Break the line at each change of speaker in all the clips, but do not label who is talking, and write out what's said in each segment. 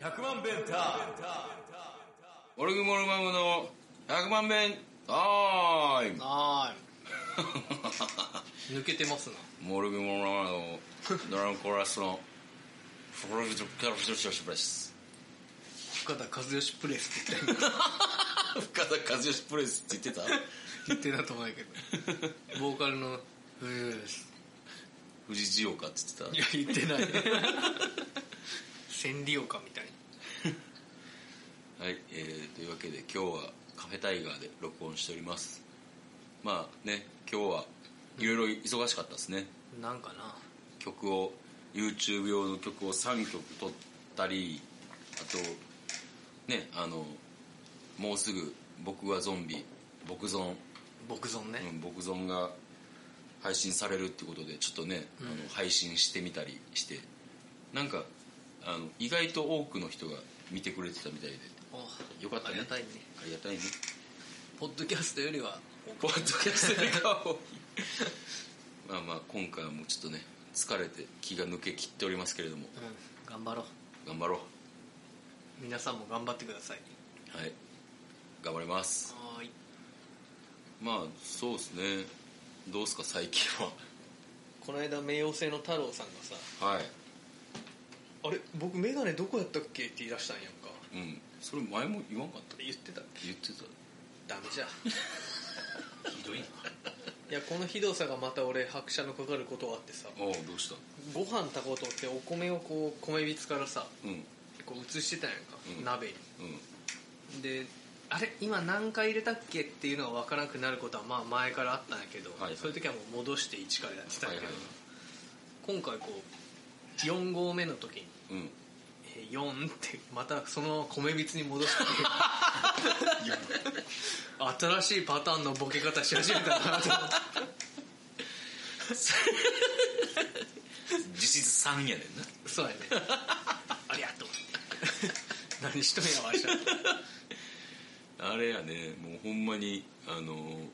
100万弁タ
モルグモルマムの100万遍タイム
はーい抜けてますな
モルグモルマムのドラムコーラスのフォルグジョカルフジョショシプレス
深田和義プレスって言って
深田和義プレスって言ってた
言ってたと思うんやけ どボーカルの「うーです
富士ジオカって言っ
い
て
や言ってない千里岡みたい
たはい、えー、というわけで今日はカフェタイガーで録音しておりますまあね今日はいろいろ忙しかったですね
ななんかな
曲を YouTube 用の曲を3曲撮ったりあとねあのもうすぐ「僕はゾンビ」「僕ゾン」
僕存
う
ね、
ん「僕ゾン」が配信されるってことでちょっとね、あの配信してみたりしてなんかあの意外と多くの人が見てくれてたみたいで
お
よかった
あ
ね
りがたいね
ありがたいね
ポッドキャストよりは
ポッドキャストで顔 まあまあ今回はもうちょっとね疲れて気が抜けきっておりますけれども
うん頑張ろう
頑張ろう
皆さんも頑張ってください
はい頑張ります
はーい
まあそうですねどうっすか最近は
この間冥王星の太郎さんがさ
はい
「あれ僕メガネどこやったっけ?」って言い出したんやんか
うんそれ前も言わんかった
言ってた
言ってた
ダメじゃん
ひどいない
やこのひどさがまた俺拍車のかかることがあってさ
おうどうした
ご飯炊こうと思ってお米をこう米びつからさ
うんうん
こう移してたんやんか、
うん
鍋にであれ今何回入れたっけっていうのが分からなくなることはまあ前からあったんやけど、
いはい
そういう時はもう戻して1からやってたんやけど、
はい
今回こう4合目の時に
うん
えー4ってまたそのまま米びつに戻 して 新しいパターンのボケ方し始めたな と思って
実質3やねんな
そうや ねありがとう何しとんやわしゃ
あれやねもうほんまにあの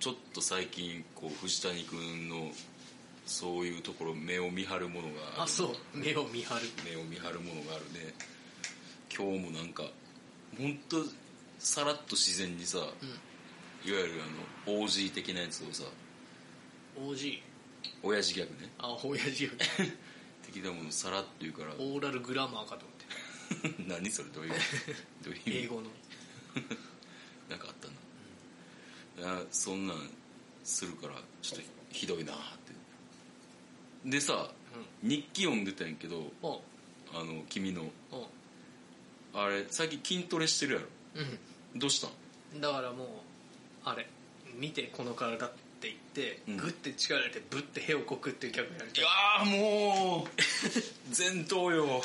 ちょっと最近こう藤谷君のそういうところ目を見張るものがる
あそう目を見張る
目を見張るものがあるね今日もなんかほんとさらっと自然にさ、
ん
いわゆるあの OG 的なやつをさ
OG
親父ギャグね
あ親父が
的なものさらっと言うから
オーラルグラマーかと思って
何それ どういうどういう意味
英語の
なんかあったな、あそんなんするからちょっとひどいなってでさ、日記読んでたんやけど
お
あの君の
お
あれ最近筋トレしてるやろ
う
どうしたん
んだからもうあれ見てこの体って言って、
うん
グッて力入れてブッて屁をこくっていうギャグやる
いやー もう前頭よ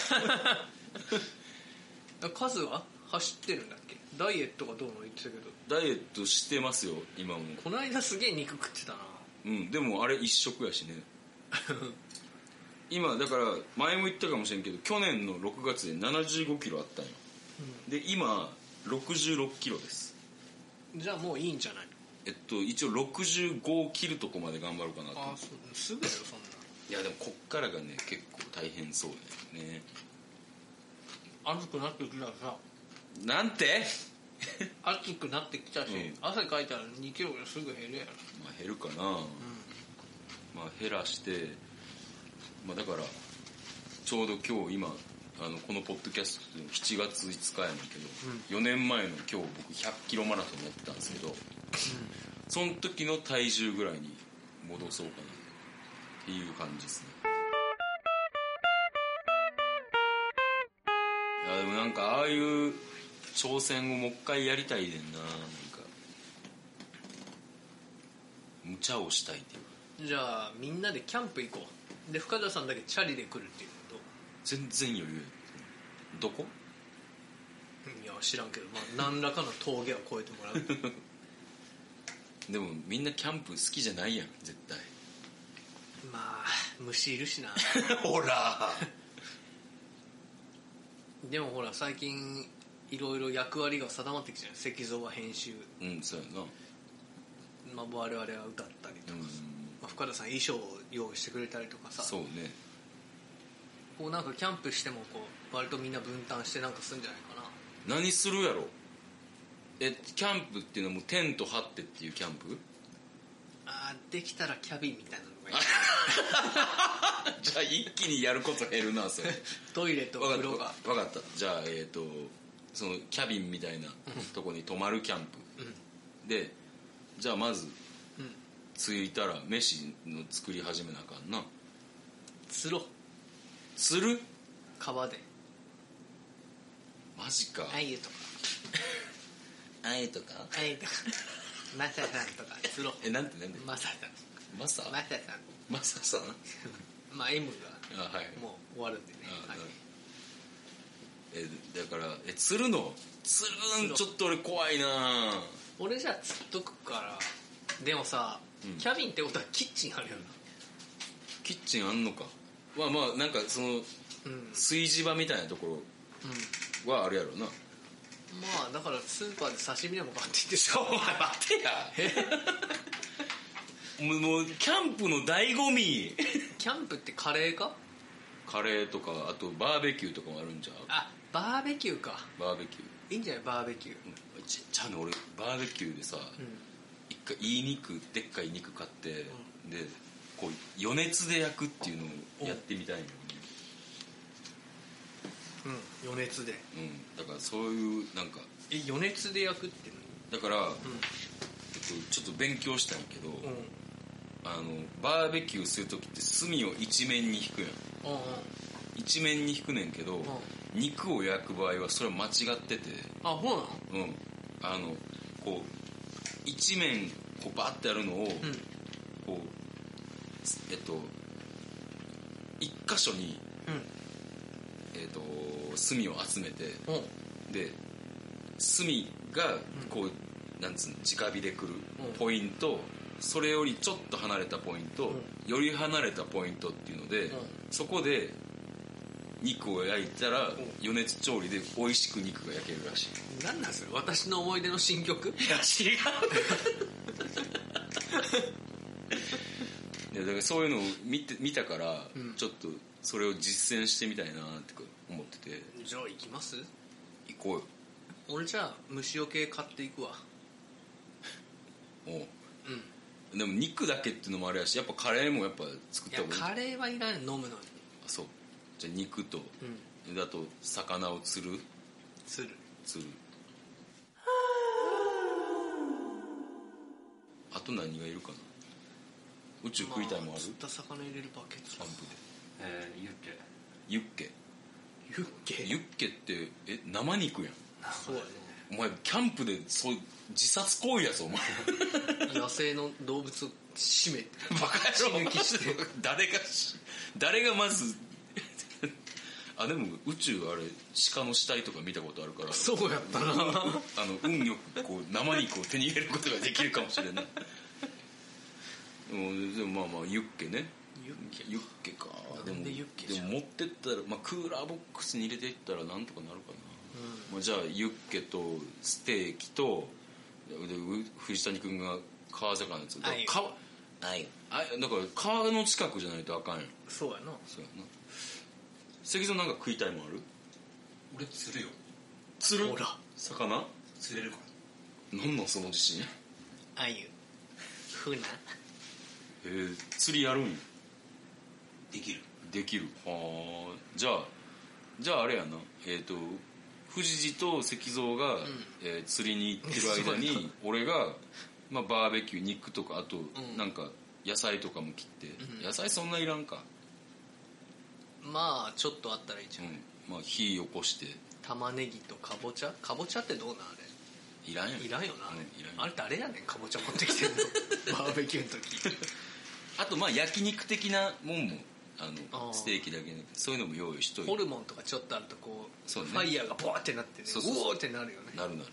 カズは走ってるんだっけダイエットがどうの言ってたけど
ダイエットしてますよ今も
この間すげえ肉食ってたな
うんでもあれ一食やしね今だから前も言ったかもしれんけど去年の6月で7 5キロあったんよ、で今6 6キロです
じゃあもういいんじゃない
えっと、一応65を切るとこまで頑張ろうかなと思って
そうすぐだよそんない
やでもこっからがね結構大変そうだよね
暑くなってきたらさ
なんて、
暑くなってきたし、
うん
汗かいたら2キロすぐ減るやろ
まあ、減るかな、まあ減らしてまあだからちょうど今日今あのこのポッドキャストの7月5日やねんけど、4年前の今日僕100キロマラソンやってたんですけど、その時の体重ぐらいに戻そうかなっていう感じですねいやでもなんかああいう挑戦をもう一回やりたいねんななんか無茶をしたいっていうか
じゃあみんなでキャンプ行こうで深田さんだけチャリで来るっていうこ
全然余裕やどこと
いや知らんけど、まあ、何らかの峠は越えてもらう
でもみんなキャンプ好きじゃないやん絶対
まあ虫いるしな
ほら
でもほら最近いろいろ役割が定まってきてる石像は編集、
うんそうやな
まあ、我々は歌ったりとか、
うん
まあ深田さん衣装を用意してくれたりとかさ
そうね
こうなんかキャンプしてもこう割とみんな分担してなんかするんじゃないかな
何するやろえキャンプっていうのはもうテント張ってっていうキャン プ
あーできたらキャビンみたいなのがいい
じゃあ一気にやること減る なそれ
トイレと
わ
風呂
か
が
ったわかったじゃあえっ、とそのキャビンみたいなとこに泊まるキャンプ、でじゃあまず
うん
着いたら飯の作り始めなあかんな
つろ
する
川で
マジか
あゆとか
あえとか
あゆとかマサさんと かつろ
えなんてなんて
マサさん
マサ
マサさ
マサさん
んまあ M が
あはい
もう終わるんでね
あ
はい
なるえだからえ釣るの釣るんちょっと俺怖いなあ
俺じゃあ釣っとくからでもさ
うん
キャビンってことはキッチンあるよ
キッチンあんのかまあまあなんかその
なうん
炊事場みたいなところはあるやろうな
まあだからスーパーで刺身でも買ってきてさお前待て
もうもうキャンプの醍醐味
キャンプってカレーか
カレーとかあとバーベキューとかもあるんじゃう
あバーベキューか
バーベキュ
いいんじゃないバーベキュー
ーうんちっちゃいの俺バーベキューでさ、
うん
一回いい肉でっかい肉買って、でこう余熱で焼くっていうのをやってみたいのよね
うん余熱で
うん、だからそういうなんか
え余熱で焼くって
だから、えっと、ちょっと勉強したんやけど、
何
あのバーベキューする時って炭を一面に引くやん
うんうんうん
一面に引くねんけど、肉を焼く場合はそれは間違ってて
あそうなの
うんあのこう一面こうバーってやるのを、
うん
こうえっと一箇所に、えっと、炭を集めて
うんうん
で炭がこう、なんつうの直火でくる
うん
ポイント、それよりちょっと離れたポイント、
う
より離れたポイントっていうので、
うん
そこで肉を焼いたら余熱調理で美味しく肉が焼けるらしい
何なんそれ私の思い出の新曲
いや違ういやだからそういうのを見て見たから、
ん
ちょっとそれを実践してみたいなって思ってて
じゃあ行きます
行こうよ
俺じゃあ虫よけ買っていくわ
おう
うん
でも肉だけっていうのもあれやしやっぱカレーもやっぱ作っ
い
た
や
方がいい
カレーはいらない飲むのに
あそうじゃあ肉と、
うん
だと魚を釣る
する
釣るあと何がいるかな宇宙食いたいもんある、
釣った魚入れるバケツ
キャンプで
えー、ユッケ
ユッケ
ユッケ
ユッケってえ生肉やん
そうやね
お前キャンプでそう自殺行為やぞお前
野生の動物を締めて
バカ野郎
死ぬ気して
誰がし誰がまず あでも宇宙あれ鹿の死体とか見たことあるから
そうやったな
あの運よくこう生肉を手に入れることができるかもしれないでもでもまあまあユッケね
ユッケ
ユッケかで
なん
も
でユッケじ
で
ゃん
も持ってったら、まあ、クーラーボックスに入れていったらなんとかなるかな、まあ、じゃあユッケとステーキとでう藤谷君が川魚のやつだから
鮎
川あだから川の近くじゃないとあかんやん
そうやな
そうやな関さんなんか食いたいもんある
俺釣るよ
釣る
ほら
魚
釣れるか
なんなんその自信へ
あゆふな
え釣りやるんや
できる
できるはあじゃあじゃああれやなえっ、と富士寺と石像が、えー釣りに行ってる間に俺が、まあ、バーベキュー肉とかあと、
ん
なんか野菜とかも切って、野菜そんないらんか、
まあちょっとあったらいいじ
う
ゃん、
んまあ、火起こして
玉ねぎとかぼちゃかぼちゃってどうなんあ
いらんやん
れいらんよな、
うんいらん
あれ誰やねんかぼちゃ持ってきてんのバーベキューの時
あとまあ焼肉的なもんもあの
あー
ステーキだけじゃなくてそういうのも用意しといて
ホルモンとかちょっとあるとこう
そうね
ファイヤーがボワってなってね
そうそうそう
おーってなるよね
なるな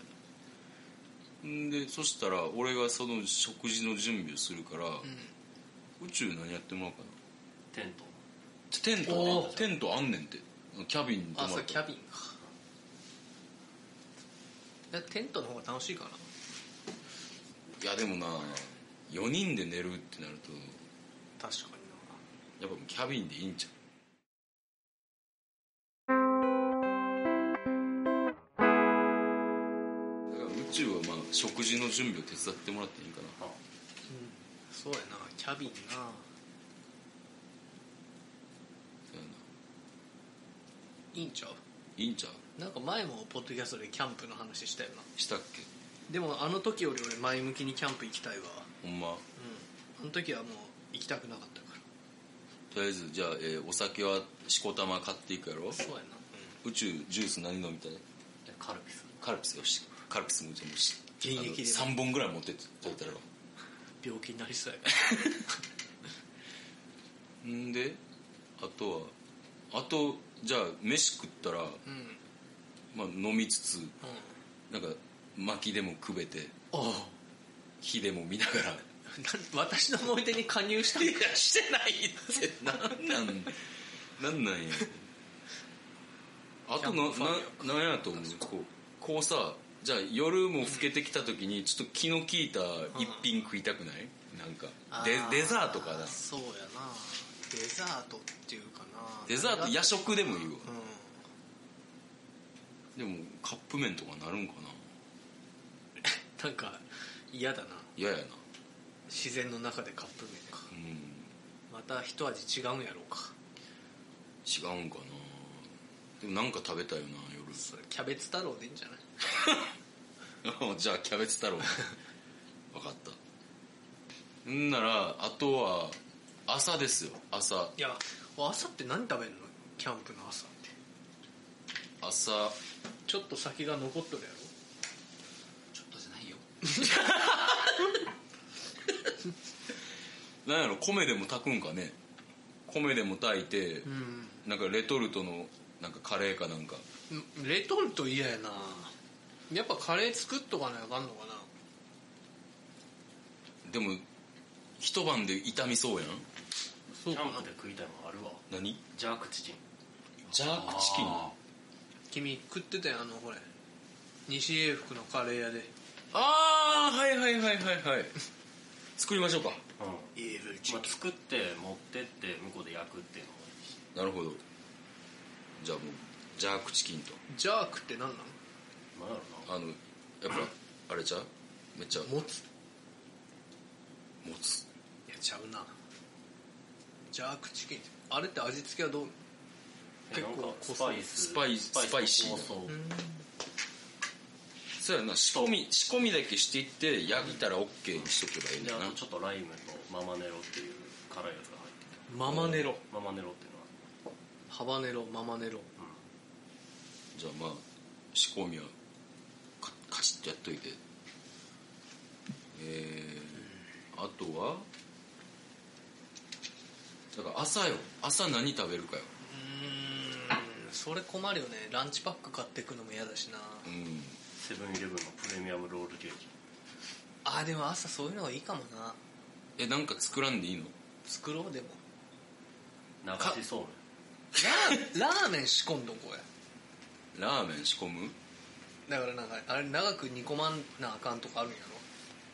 るんでそしたら俺がその食事の準備をするから、宇宙何やってもらおうかな
テント
テン
お
ト
ー
テントあんねんてキャビンに泊
あ
ま
そう
る
キャビンかだテントの方が楽しいかない
やでもな4人で寝るってなると
確か
やっぱもうキャビンでいいんちゃうだから宇宙はまあ食事の準備を手伝ってもらっていいか
にな、う
な
ん、そうやなキャビンな
そうやない
いんちゃう
いいんちゃう
なんか前もポッドキャストでキャンプの話したよな
したっけ
でもあの時より俺前向きにキャンプ行きたいわ
ほんま
うんあの時はもう行きたくなかったから
とりあえずじゃあ、えーお酒はしこたま買っていくやろ
そうやな、
宇宙ジュース何飲みたい
じゃあカルピス
カルピスよしカルピスもじゃあもうし
現役で
3本ぐらい持ってって食べたやろ
病気になりそうやから
んであとはあとじゃあ飯食ったら、
うんうん
まあ、飲みつつなんか薪でもくべて
おう
火でも見ながら
な私の思い出に加入したいやしてない
ってなんなんなんなんやあとな
キャンプファイヤー
ななんやと思うこうこうさじゃあ夜も更けてきた時にちょっと気の利いた一品食いたくない、なんかデデザートかな
そうやなデザートっていうかな
デザート夜食でもいいわ
うん
でもカップ麺とかなるんか
な
な
んか嫌だな
嫌やな
自然の中でカップ麺か
うん
また一味違うんやろうか
違うんかなでもなんか食べたよな
それキャベツ太郎でいいんじゃない
夜じゃあキャベツ太郎 分かったんならあとは朝ですよ朝
いや朝って何食べるのキャンプの朝って
朝
ちょっと先が残っとるや
ちょっとじゃないよ
なんやろ米でも炊くんかね米でも炊い
ろ
て、なんかレトルトのなんかカレーかなんか
うんレトルト嫌やなやっぱカレー作っとかなあかんのかな
でも一晩で痛みそうやん
そ
キャンプで食いたいもんあるわ
何
ジャークチキン
ジャークチキン
あ
君食ってたやんあのこれ西英福のカレー屋で
ああはいはいはいはいはい作りましょうか
ーうん
イーブル
まあ、作って持ってって向こうで焼くっていうのもいいし
なるほどじゃあもうジャークチキンと
ジャークって何なの
まあだろうな
あのやっぱあれちゃうめっちゃ
もつ
持つ
いやちゃうなジャークチキンってあれって味付けはどう
えなんかスパイス
スパイスパイシーな
そうそう
そうやな仕込み仕込みだけしていって焼いたら OK にしとけばいいん
で
だ
あ
な
とちょっとライムとママネロっていう辛いやつが入ってて
ママネロ
ママネロっていうのは
ハバネロママネロ
じゃあまあ仕込みはカカチッとやっといてえー、あとはだから朝よ朝何食べるかよ
うーんそれ困るよねランチパック買ってくのも嫌だしな
うん
セブンイレブンのプレミアムロールケーキ
あでも朝そういうのがいいかもな
えなんか作らんでいいの
作ろうでも
流しそう
ラーラーメン仕込んどこうや
ラーメン仕込む
だからなんかあれ長く煮込まんなあかんとかあるんや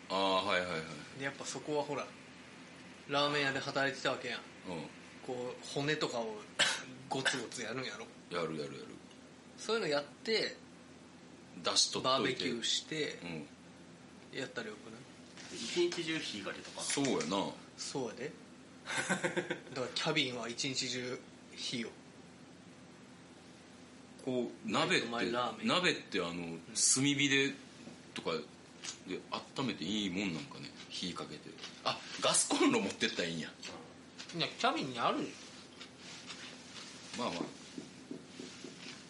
ろ
ああはいはいはい
でやっぱそこはほらラーメン屋で働いてたわけやん
う
こう骨とかを ゴツゴツやるんやろ
んやるやるやる
そういうのやって
出しとっ
バー
と
ベ
い
キ
て
ューして
うん
やったらよくない
め一日中火が出たかな
そうやな
そうやでだからキャビンは一日中火を
こう鍋って
お前ラーメン
鍋ってあの炭火でとかで温めていいもんなんかね火かけてあガスコンロ持ってったらいいんや
いやキャビンにあるよ
まあま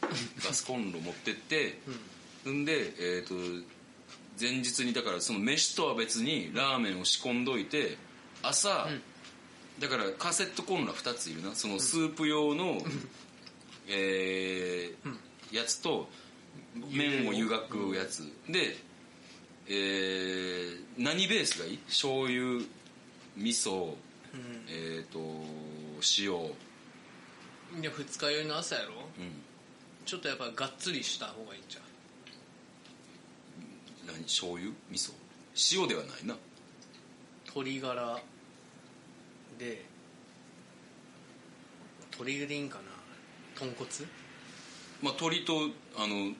あガスコンロ持ってってんでえっ、と前日にだからその飯とは別にラーメンを仕込んどいて朝、
うん
だからカセットコンロは2ついるなそのスープ用の、えー
うん
やつと麺を湯がくやつ、で、えー何ベースがいい醤油味噌
うん
えっ、と塩、
いや二日酔いの朝やろ
うん、
ちょっとやっぱがっつりした方がいいんじゃん
何醤油味噌塩ではないな
鶏ガラで鶏でいいんかな豚骨
まあ、鶏とあの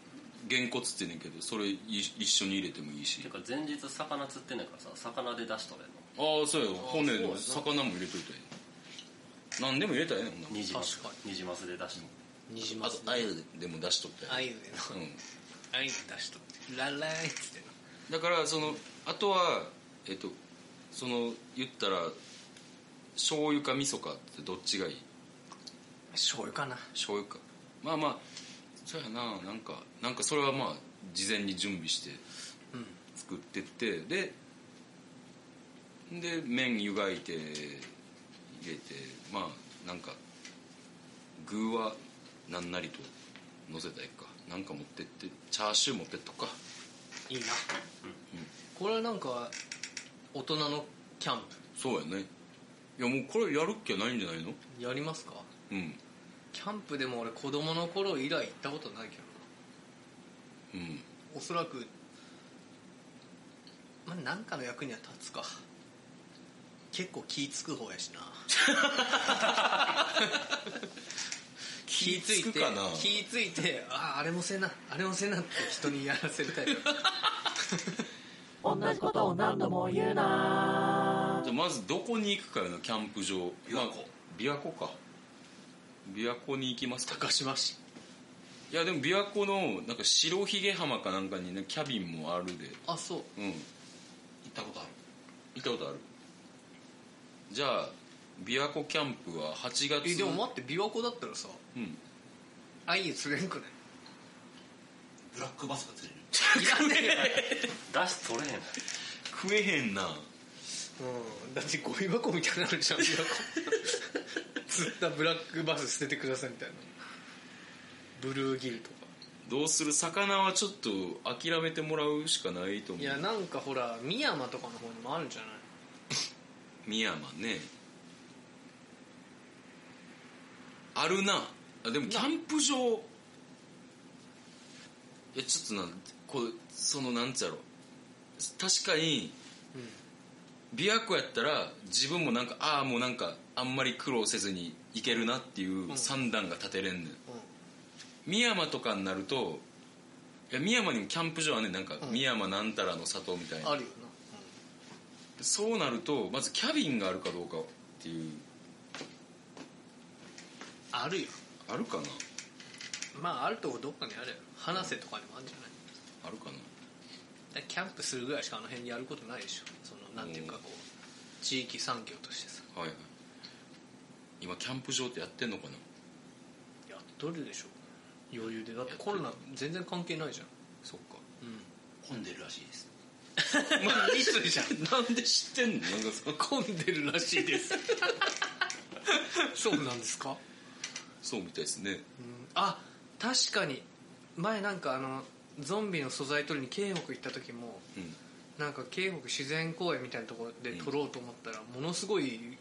げんこつってねんけどそれい一緒に入れてもいいして
か前日魚釣ってんねんからさ魚で出しとれんの
ああそうや骨
そうや
で
な
魚も入れといたらええ何でも入れたらええねんほんなら
ニジマス
確か
ニジマスで出しと
にじま
あ
す
とあゆでも出しとったら
あ
え
ゆでの
えうん
あゆで出しとってララーいっつってな
だからそのあとはえっとその言ったら醤油か味噌かってどっちがいい
醤油かな
醤油かまあまあそうやななんかなんかそれはまあ事前に準備して
うん
作ってってでで麺湯がいて入れてまあなんか具は何なりと乗せたいかなんか持ってってチャーシュー持ってっとくか
いいな、これはなんか大人のキャン
そうやねいやもうこれやるっきゃないんじゃないの
プやりますか
うん
キャンプでも俺子供の頃以来行ったことないけどな
うん
おそらくまあ何かの役には立つか結構気ぃつく方やし な気ぃつい
気
て
ぃつくかな
気ぃついてあああれもせなあれもせなって人にやらせるタイプ
同じことを何度も言うな
じゃあまずどこに行くかよなキャンプ場
琵琶湖
まあ琵琶湖か琵琶湖に行きますか
高島市
いやでも琵琶湖のなんか白ひげ浜かなんかにねキャビンもあるで
あそう
うん
ったことある
行ったことあるじゃあ琵琶湖キャンプは8月
えでも待って琵琶湖だったらさ
うん
あゆ釣れ んくない
ブラックバスが釣れる
いらね
れん出しとれへん
食えへんな
えようんだってゴミ箱みたいになるじゃん 琵琶湖釣ったブラックバス捨ててくださいみたいなブルーギルとか
どうする魚はちょっと諦めてもらうしかないと思
いや
う
なんかほら深山とかの方にもあるんじゃない
深山ねあるなあでもキャンプ場いやちょっとなこうそのなんつうやろ確かに
うん
琵琶湖やったら自分もなんかああもうなんかあんまり苦労せずにいけるなっていう算段が立てれんねん深山とかになるといや深山にもキャンプ場はねんなんか
うん
深山なんたらの里みたいな、
あるよ
そうなるとまずキャビンがあるかどうかっていう
なあるよ
あるかな
まああるとこどっかにあるよ花瀬とかにもあるんじゃない
あるかな
だからキャンプするぐらいしかあの辺にやることないでしょそのなんていうかこう地域産業としてさ
はいはい今キャンプ場ってやってんのかな
やっとるでしょ余裕でだってコロナ全然関係ないじゃん
そっか
う
混んでるらしいです
んまあいい人じゃん
なんで知ってんのなんかそ
混んでるらしいですそうなんですか
そうみたいですね
あ確かに前なんかあのゾンビの素材取りに京北行った時も
うん
なんか京北自然公園みたいなところで撮ろうと思ったら、ものすごい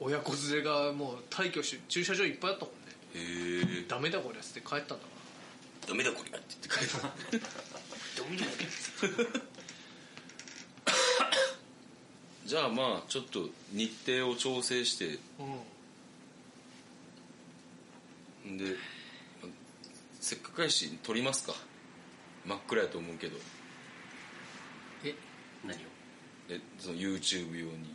親子連れがもう退去して駐車場いっぱいあったもんね
へえ
ダメだこりゃっつって帰ったんだか
ダメだこりゃって言って帰るじゃあまあちょっと日程を調整して
らうん
んでませっかくやし撮りますか真っ暗やと思うけど
え
何を
えその YouTube 用に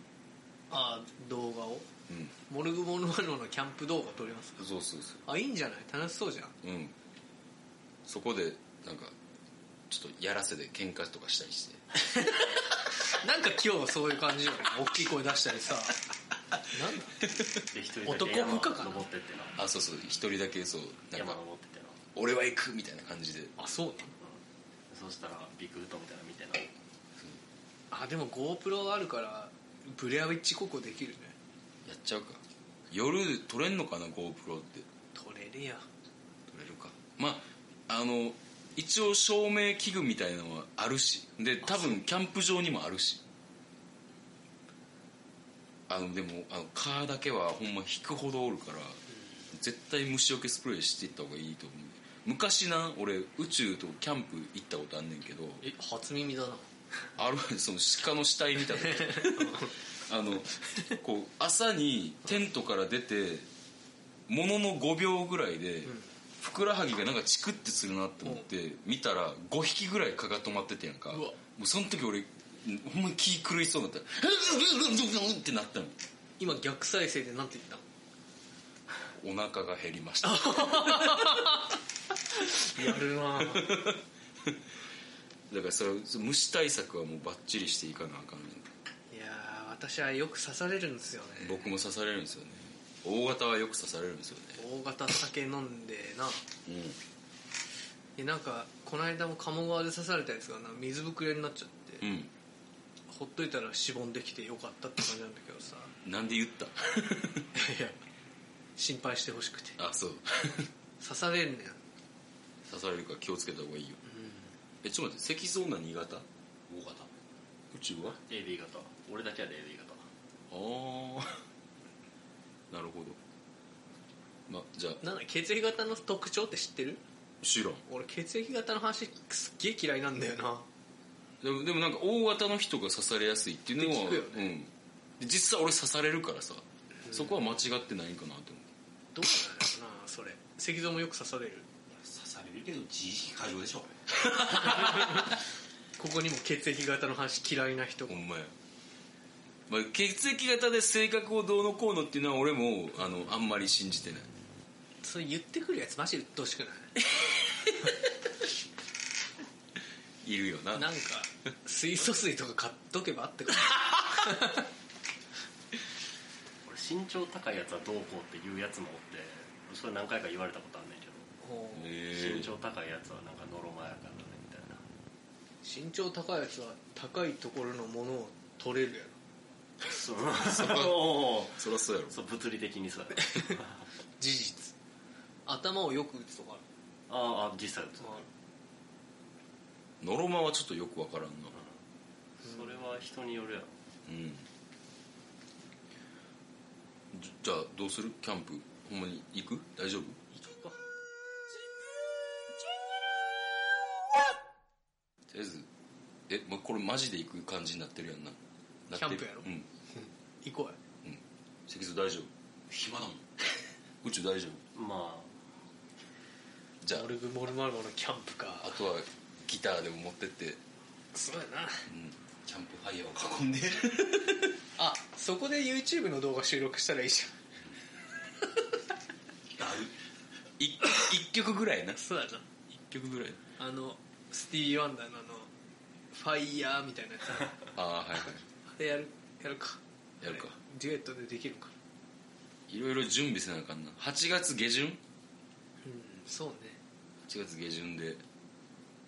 ああ動画を
うん
モルグモルマルのキャンプ動画撮りますか
そうそうそ
あいいんじゃない楽しそうじゃん
ううんそこでなんかちょっとやらせで喧嘩とかしたりして
なんか今日はそういう感じよね 大きい声出したりさなんだ
で一人だけ
男
山
不可かな
登ってってな
あそうそう一人だけそうなん
山
か
登ってってな
「俺は行く」みたいな感じで
あそうなの
そしたらビクッとみたいなの見てな
あでも GoPro あるからブレアウィッチココできるね
やっちゃうか夜撮れんのかな GoPro って
撮れるや
撮れるかまああの一応照明器具みたいなのはあるしで多分キャンプ場にもあるしあのでもあの蚊だけはほんま引くほどおるから絶対虫除けスプレーしていった方がいいと思う昔な俺宇宙とキャンプ行ったことあんねんけど
え初耳だな
あるその鹿の死体見た時ああのこう朝にテントから出てものの5秒ぐらいで、ふくらはぎがなんかチクってするなって思って見たら5匹ぐらい蚊が止まっててやんか
うわ
もうその時俺ほんまに気狂いそうになったら「うんうんうんうんうん」ってなったの
今逆再生でなんて言った
お腹が減りました
やるなぁ
だからそれ虫対策はもうバッチリしていかなあかんね
いやー私はよく刺されるんですよね
僕も刺されるんですよね大型はよく刺されるんですよね
大型酒飲んでな
うん
でなんかこの間も鴨川で刺されたやつがな水ぶくれになっちゃって、
うん
ほっといたらしぼんできてよかったって感じなんだけどさ
なんで言った
いや心配してほしくて
あそう
刺されるねん
刺されるから気をつけた方がいいよ、えちょっと待って石像な新潟
大型
宇宙は
AB 型俺だけは AB
あ
型
あ なるほどまじゃあ
なんだ血液型の特徴って知ってる
知らん
俺血液型の話すっげえ嫌いなんだよな
でもでもなんか大型の人が刺されやすいっていうのは、
って聞く
うん、で実際俺刺されるからさ、そこは間違ってないんか
ど
なと思
うなんだろうなそれ石像もよく刺される
刺されるけど自意識過剰でしょ
ここにも血液型の話嫌いな人
うほ
が
んまや、まあ、血液型で性格をどうのこうのっていうのは俺もあのあんまり信じてない
それ言ってくるやつマジ鬱陶しくない
いるよな
なんか水素水とか買っとけばあってこと
俺身長高いやつはどうこうっていうやつもおってそれ何回か言われたことあんねんけど
ほう
へ
身
ー
長高いやつはなんかのろまやからねみたいな
身長高いやつは高いところのものを取れるやろ
そう
そりゃそうやろ
そう物理的にさ
事実頭をよく打つとかある
ああ実際そう
ノロマはちょっとよくわからんな
それは人によるやろ
うんじじゃあどうするキャンプほんまに行く大丈夫
行くか
とりあえずえ、ま、これマジで行く感じになってるやんななっ
キ
てる
ャンプやろ
うん
行こうや
石像大丈夫
暇だもん
宇宙大丈夫
まあ
じゃ
モルグモルマルモのキャンプか
ああとはギターでも持ってって、
そうやな
うん、
キャンプファイヤーを囲んで
あそこで YouTube の動画収録したらいいじゃ
だる
い一曲ぐらいなん
そうやな
一曲ぐらい
あのスティービー・ワンダーのあのファイヤーみたいなやつあ
ああはいは
れやるやるか
やるか
あれデュエットでできるか
いいろいろ準備せなあかんな8月下旬
うんそうね
8月下旬で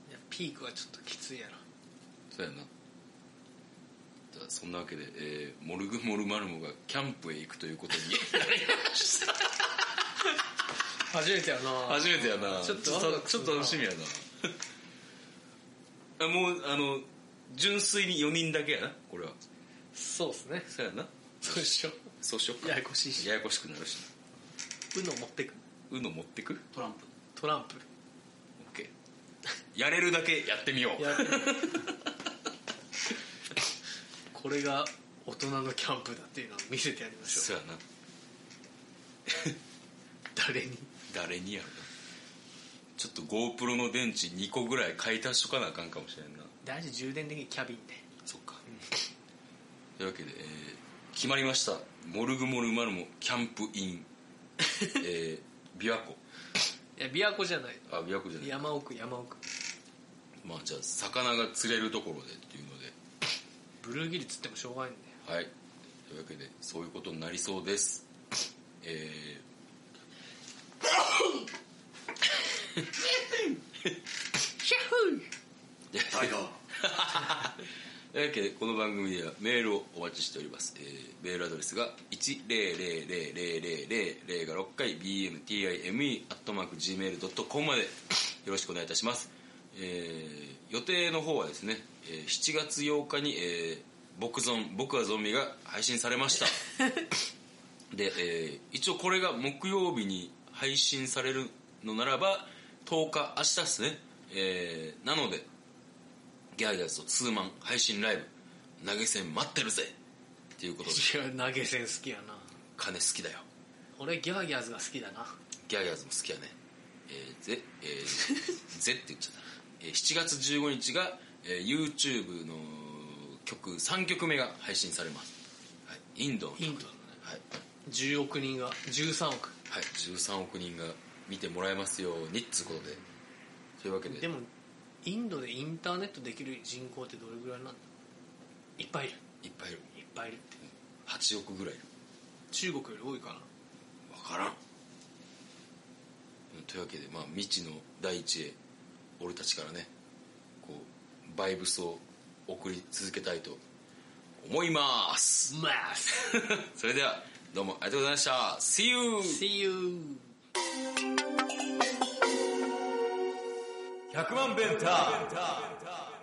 いやピークはちょっときついやろ
そうやなじゃあそんなわけで、えーモルグモルマルモがキャンプへ行くということに
初めてやな
初めてやな
ちょっと
ち
ワ
ょ
クワ
っと
ク
ち
す
ょっ
るな
と楽しみやなあもうあの純粋に4人だけやなこれは
そうっすね
そうやな
そうでしょ
そうしよっか
ややこしいし
ややこしくなるし
うの持ってく
なうの持ってく
トランプ
トランプ
OK やれるだけやってみよう
やる これが大人のキャンプだっていうのを見せてやりまし
そ
ょう
うやな
誰に
誰にやろなちょっと GoPro の電池2個ぐらい買い足しとかなあかんかもしれんな
大事充電できるキャビンで
そっか。というわけで、えー決まりました。モルグモルマルモキャンプイン、えー、琵琶湖。
いや琵琶湖じゃない
あ、琵琶湖じゃない。
山奥山奥
まあじゃあ、魚が釣れるところでっていうので、
ブルーギルつってもしょうがないんだよ
はい。というわけで、そういうことになりそうです。えー、
タイガー
というわけでこの番組ではメールをお待ちしております、えーメールアドレスが1000000が6回 bmtime.gmail.com までよろしくお願いいたします、えー予定の方はですね、えー7月8日に、えー僕ゾン僕はゾンビが配信されましたで、えー一応これが木曜日に配信されるのならば10日明日ですね、えーなのでギャーギャーズとツーマン配信ライブ投げ銭待ってるぜていうことで
いや投げ銭好きやな
金好きだよ
俺ギャーギャーズが好きだな
ギャーギャーズも好きやねえー、ぜえ ー、ぜって言っちゃった、えー、7月15日が、えー、YouTube の曲3曲目が配信されます、はい、インドの曲
インドのね
はい、
10億人が13億
はい、13億人が見てもらえますようにっつうことでそういうわけで
でもインドでインターネットできる人口ってどれぐらいなんだいっぱいいる
いっぱいいる
いっぱいいるって
8億ぐらいいる
中国より多いかな
分からんというわけで、まあ、未知の大地へ俺たちからねこうバイブスを送り続けたいと思います
マース
それではどうもありがとうございました See you!
See you
100万ベンター